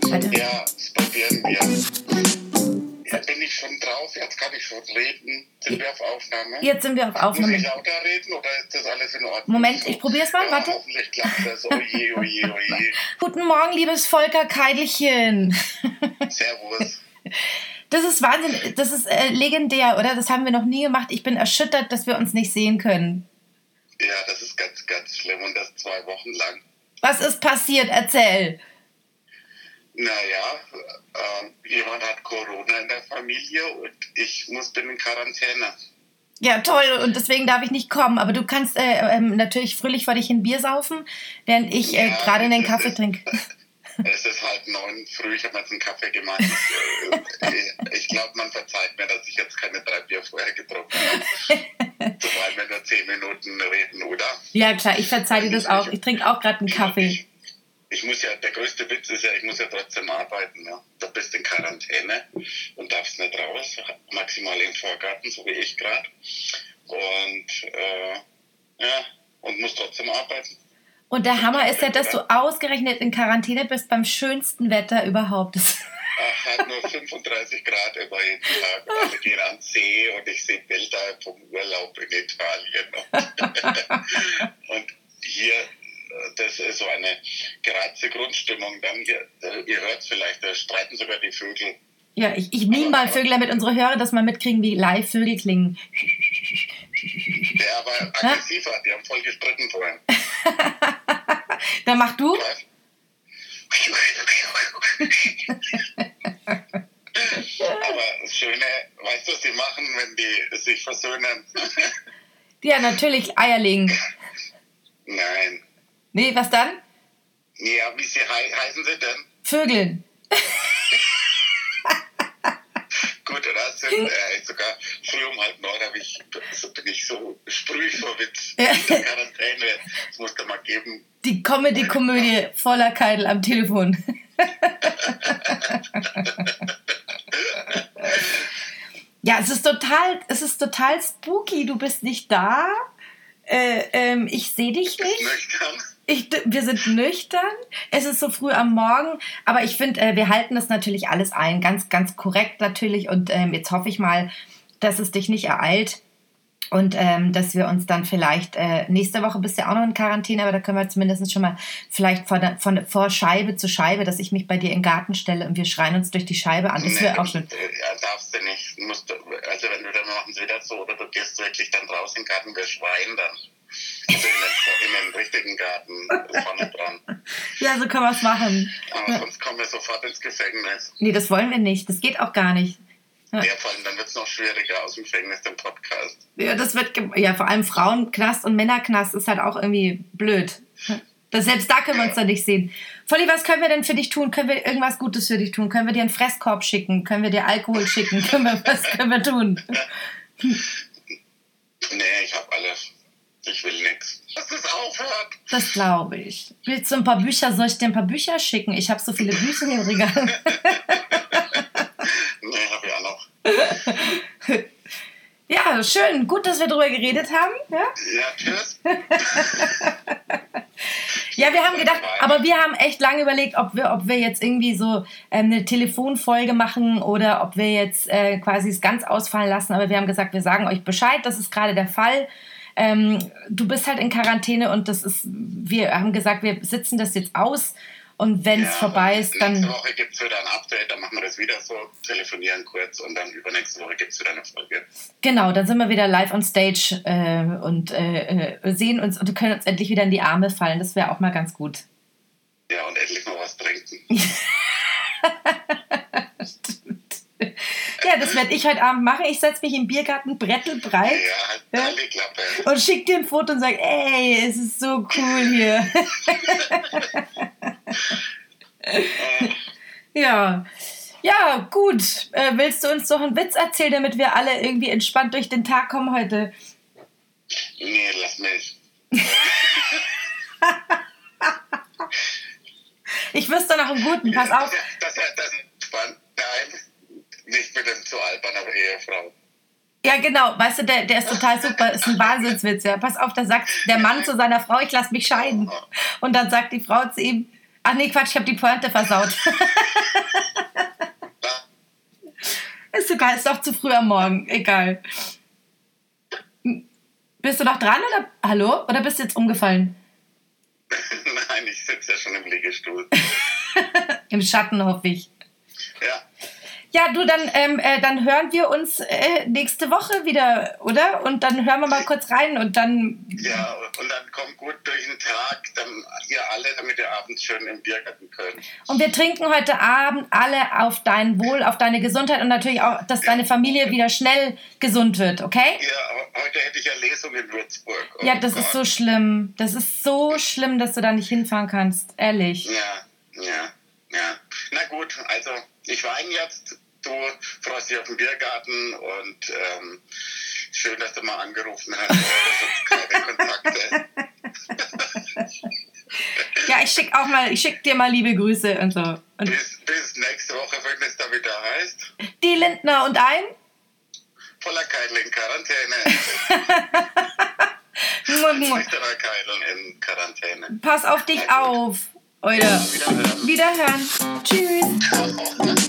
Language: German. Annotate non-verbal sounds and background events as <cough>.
ja, das werden wir. Jetzt bin ich schon drauf, jetzt kann ich schon reden. Sind wir auf Aufnahme? Jetzt sind wir auf Aufnahme. Muss ich lauter reden oder ist das alles in Ordnung? Moment, ich probier's mal, ja, warte. Hoffentlich klappt das. Oh Oje, oje, oje. <laughs> Guten Morgen, liebes Volker Keidelchen. Servus. Das ist Wahnsinn, das ist äh, legendär, oder? Das haben wir noch nie gemacht. Ich bin erschüttert, dass wir uns nicht sehen können. Ja, das ist ganz, ganz schlimm und das zwei Wochen lang. Was ist passiert? Erzähl. Naja, äh, jemand hat Corona in der Familie und ich muss bin in Quarantäne. Ja, toll, und deswegen darf ich nicht kommen. Aber du kannst äh, ähm, natürlich fröhlich vor dich hin Bier saufen, während ich äh, Ja, gerade den das Kaffee ist- trinke. Es ist halb neun früh, ich habe jetzt einen Kaffee gemacht. Äh, ich glaube, man verzeiht mir, dass ich jetzt keine drei Bier vorher getrunken habe. Zumal wir nur zehn Minuten reden, oder? Ja, klar, ich verzeihe dir das auch. Ich trinke auch gerade einen Kaffee. Ich, ich muss ja, der größte Witz ist ja, ich muss ja trotzdem arbeiten. Ne? Du bist in Quarantäne und darfst nicht raus, maximal im Vorgarten, so wie ich gerade. Und äh, ja, und musst trotzdem arbeiten. Und der Hammer ist ja, dass du ausgerechnet in Quarantäne bist beim schönsten Wetter überhaupt. Das Ach, hat nur 35 Grad über jeden Tag. Alle gehen an den See und ich sehe Bilder vom Urlaub in Italien. Und, und hier, äh, das ist so eine gereizte Grundstimmung. Dann hier, äh, ihr hört es vielleicht, da streiten sogar die Vögel. ja, ich, ich meme mal Vögel, damit unsere Hörer das mal mitkriegen, wie live Vögel klingen. Der war aggressiv war, die haben voll gestritten vorhin. Dann mach du. Was? Aber das Schöne, weißt du, was die machen, wenn die sich versöhnen? Ja, natürlich Eierlegen. Nein. Nee, was dann? Ja, wie sie hei heißen sie denn? Vögeln. Gut, oder hast du äh, ich sogar früh um halb neun habe ich, so bin ich so sprühig vor Witz Ja. in der Quarantäne. Das muss da mal geben. Die Comedy-Komödie voller Keitel am Telefon. <laughs> ja, es ist total, es ist total spooky. Du bist nicht da. Äh, ähm, ich sehe dich nicht. Nüchtern. Ich, wir sind nüchtern. Es ist so früh am Morgen. Aber ich finde, äh, wir halten das natürlich alles ein. Ganz, ganz korrekt natürlich. Und ähm, jetzt hoffe ich mal, dass es dich nicht ereilt. Und ähm, dass wir uns dann vielleicht äh, nächste Woche bist ja auch noch in Quarantäne, aber da können wir zumindest schon mal vielleicht von, der- von, vor Scheibe zu Scheibe, dass ich mich bei dir in den Garten stelle und wir schreien uns durch die Scheibe an. Ah, Das wäre auch schön. äh, Ja, darfst du nicht. Musst du, also wenn du dann machen sie wieder so oder du gehst wirklich dann raus in den Garten, wir schreien dann. Also in den, in den richtigen Garten, vorne dran. Ja, so können wir es machen. Aber sonst kommen wir sofort ins Gefängnis. Nee, das wollen wir nicht. Das geht auch gar nicht. Ja, vor allem dann wird es noch schwieriger aus dem Gefängnis, den Podcast. Ja, das wird ge- ja vor allem Frauenknast und Männerknast ist halt auch irgendwie blöd. Das, selbst da können wir uns Ja. dann nicht sehen. Volli, was können wir denn für dich tun? Können wir irgendwas Gutes für dich tun? Können wir dir einen Fresskorb schicken? Können wir dir Alkohol schicken? <laughs> Können wir, was können wir tun? Nee, ich hab alles. Ich will nichts. Dass es aufhört. Das glaube ich. Willst du ein paar Bücher? Soll ich dir ein paar Bücher schicken? Ich habe so viele Bücher im Regal. <laughs> Nee, hab ich auch noch. Ja, schön. Gut, dass wir drüber geredet haben. Ja? Ja, tschüss. Ja, wir haben gedacht, aber wir haben echt lange überlegt, ob wir, ob wir jetzt irgendwie so ähm, eine Telefonfolge machen oder ob wir jetzt äh, quasi es ganz ausfallen lassen. Aber wir haben gesagt, wir sagen euch Bescheid, das ist gerade der Fall. Ähm, du bist halt in Quarantäne und das ist, wir haben gesagt, wir sitzen das jetzt aus und wenn es Ja, vorbei ist, Nächste dann. Woche gibt's wieder ein Update, dann machen wir das wieder so, telefonieren kurz und dann übernächste Woche gibt's wieder eine Folge. Genau, dann sind wir wieder live on stage äh, und äh, äh, sehen uns und können uns endlich wieder in die Arme fallen. Das wäre auch mal ganz gut. Ja, und endlich mal was trinken. Ja, das werde ich heute Abend machen. Ich setze mich im Biergarten brettelbreit. Ja, halt Ja. alle Klappe. und schickt dir ein Foto und sagt, ey, es ist so cool hier. <laughs> Äh, ja. Ja, gut. Äh, willst du uns doch einen Witz erzählen, damit wir alle irgendwie entspannt durch den Tag kommen heute? Nee, lass mich. Ich wüsste noch einen guten, pass auf. Das, das, das, das, nein, nicht mit dem zu albern, aber Ehefrau. <laughs> Ja, genau, weißt du, der, der ist total super, ist ein Wahnsinnswitz. Ja. Pass auf, da sagt der Mann zu seiner Frau, ich lass mich scheiden. Und dann sagt die Frau zu ihm, ach nee, Quatsch, ich habe die Pointe versaut. egal, <laughs> ist doch zu früh am Morgen. Egal. Hm. Bist du noch dran oder hallo? Oder bist du jetzt umgefallen? Nein, ich sitze ja schon im Liegestuhl. Im Schatten hoffe ich. Ja, Ja, du, dann, ähm, äh, dann hören wir uns äh, nächste Woche wieder, oder? Und dann hören wir mal kurz rein und dann. ja, und dann kommt gut durch den Tag, dann ihr alle, damit ihr abends schön im Biergarten könnt. Und wir trinken heute Abend alle auf dein Wohl, auf deine Gesundheit und natürlich auch, dass deine Familie wieder schnell gesund wird, okay? Ja, aber heute hätte ich ja Lesung in Würzburg. Oh Ja, das ist so Gott. schlimm. Das ist so schlimm, dass du da nicht hinfahren kannst. Ehrlich. Ja, ja, ja. Na gut, also ich weine jetzt. Du freust dich auf den Biergarten und ähm, schön, dass du mal angerufen hast. Wir haben sonst keine <laughs> Kontakte. Ja, ich schick auch mal, ich schick dir mal liebe Grüße und so. Und Bis, bis nächste Woche, wenn es da wieder heißt. die Lindner und ein. Voller Keidel in Quarantäne. Mua, mua. Sicherer Keidel in Quarantäne. Pass auf dich auf. Oder Wiederhören. wiederhören. Tschüss. Ciao.